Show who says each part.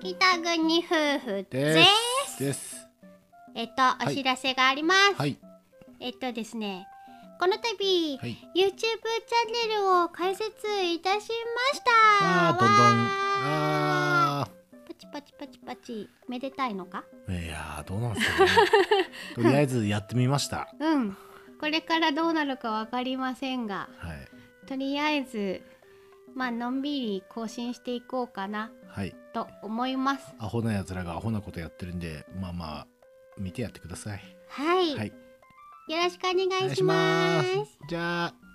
Speaker 1: 北国夫婦
Speaker 2: で
Speaker 1: です
Speaker 2: す。です。
Speaker 1: えっと、お知らせがあります、
Speaker 2: はい。
Speaker 1: えっとですねこの度、
Speaker 2: はい
Speaker 1: YouTube チャンネルを開設いたしました
Speaker 2: ああ、どんどん。
Speaker 1: わ
Speaker 2: あ
Speaker 1: ーパチパチパチパチめでたいのか
Speaker 2: あ。いやー、どうなんですかね。とりあえずやってみました。
Speaker 1: うんこれからどうなるかわかりませんが
Speaker 2: はい。
Speaker 1: とりあえずまあのんびり更新していこうかな
Speaker 2: はい。
Speaker 1: と思います
Speaker 2: アホな奴らがアホなことやってるんで、まあまあ。見てやってください。
Speaker 1: はい、
Speaker 2: はい。
Speaker 1: よろしくお願いし
Speaker 2: お願
Speaker 1: ま
Speaker 2: いし
Speaker 1: す
Speaker 2: ますじゃあ、